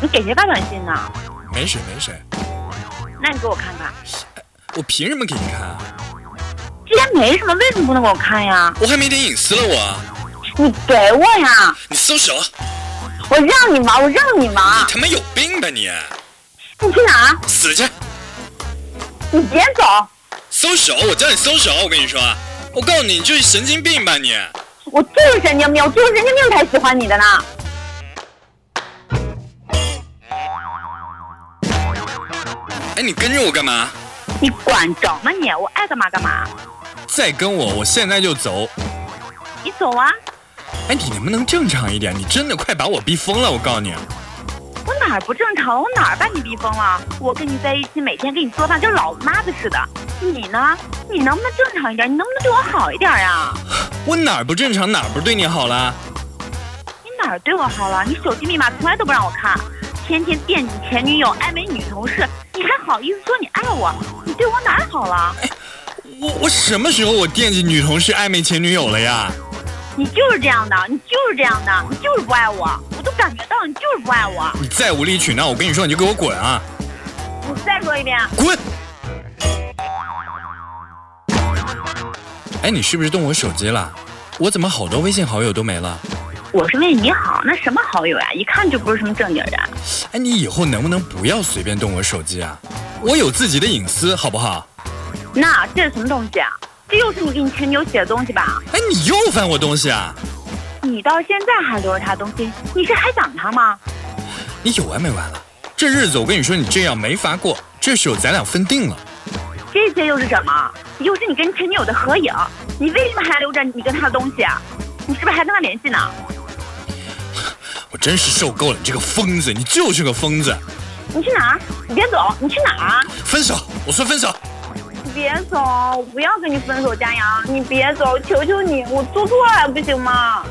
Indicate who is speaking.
Speaker 1: 你给谁发短信呢？
Speaker 2: 没谁没谁，
Speaker 1: 那你给我看看。
Speaker 2: 我凭什么给你看啊？
Speaker 1: 之前没什么，为什么不能给我看呀？
Speaker 2: 我还没点隐私了我，
Speaker 1: 你给我呀！
Speaker 2: 你松手，
Speaker 1: 我让你玩，我让你玩。
Speaker 2: 他妈有病吧你！
Speaker 1: 你去哪儿？
Speaker 2: 死去，
Speaker 1: 你别走！
Speaker 2: 松手！我叫你松手，我跟你说，我告诉你，你就是神经病吧你！
Speaker 1: 我就是神经病，我就是神经病才喜欢你的呢。
Speaker 2: 哎，你跟着我干嘛？
Speaker 1: 你管着吗你？我爱干嘛干嘛。
Speaker 2: 再跟我，我现在就走。
Speaker 1: 你走啊！
Speaker 2: 哎，你能不能正常一点？你真的快把我逼疯了，我告诉你。
Speaker 1: 我哪儿不正常？我哪儿把你逼疯了？我跟你在一起，每天给你做饭，跟老妈子似的。你呢？你能不能正常一点？你能不能对我好一点呀？
Speaker 2: 我哪儿不正常，哪儿不对你好了？
Speaker 1: 你哪儿对我好了？你手机密码从来都不让我看，天天惦记前女友，暧昧女同事，你还好意思说你爱我？你对我哪儿好了？
Speaker 2: 我我什么时候我惦记女同事暧昧前女友了呀？
Speaker 1: 你就是这样的，你就是这样的，你就是不爱我，我都感觉到你就是不爱我。
Speaker 2: 你再无理取闹，我跟你说你就给我滚啊！
Speaker 1: 你再说一遍，
Speaker 2: 滚！哎，你是不是动我手机了？我怎么好多微信好友都没了？
Speaker 1: 我是为你好，那什么好友呀？一看就不是什么正经人。
Speaker 2: 哎，你以后能不能不要随便动我手机啊？我有自己的隐私，好不好？
Speaker 1: 那这是什么东西啊？这又是你给你前女友写的东西吧？
Speaker 2: 哎，你又翻我东西啊？
Speaker 1: 你到现在还留着他东西，你是还想他吗？
Speaker 2: 你有完没完了？这日子我跟你说，你这样没法过。这宿咱俩分定了。
Speaker 1: 这些又是什么？又是你跟前女友的合影，你为什么还留着你跟他的东西啊？你是不是还跟他联系呢？
Speaker 2: 我真是受够了，你这个疯子，你就是个疯子！
Speaker 1: 你去哪儿？你别走！你去哪儿啊？
Speaker 2: 分手，我说分手。
Speaker 1: 你别走！我不要跟你分手，佳阳，你别走！求求你，我做错了不行吗？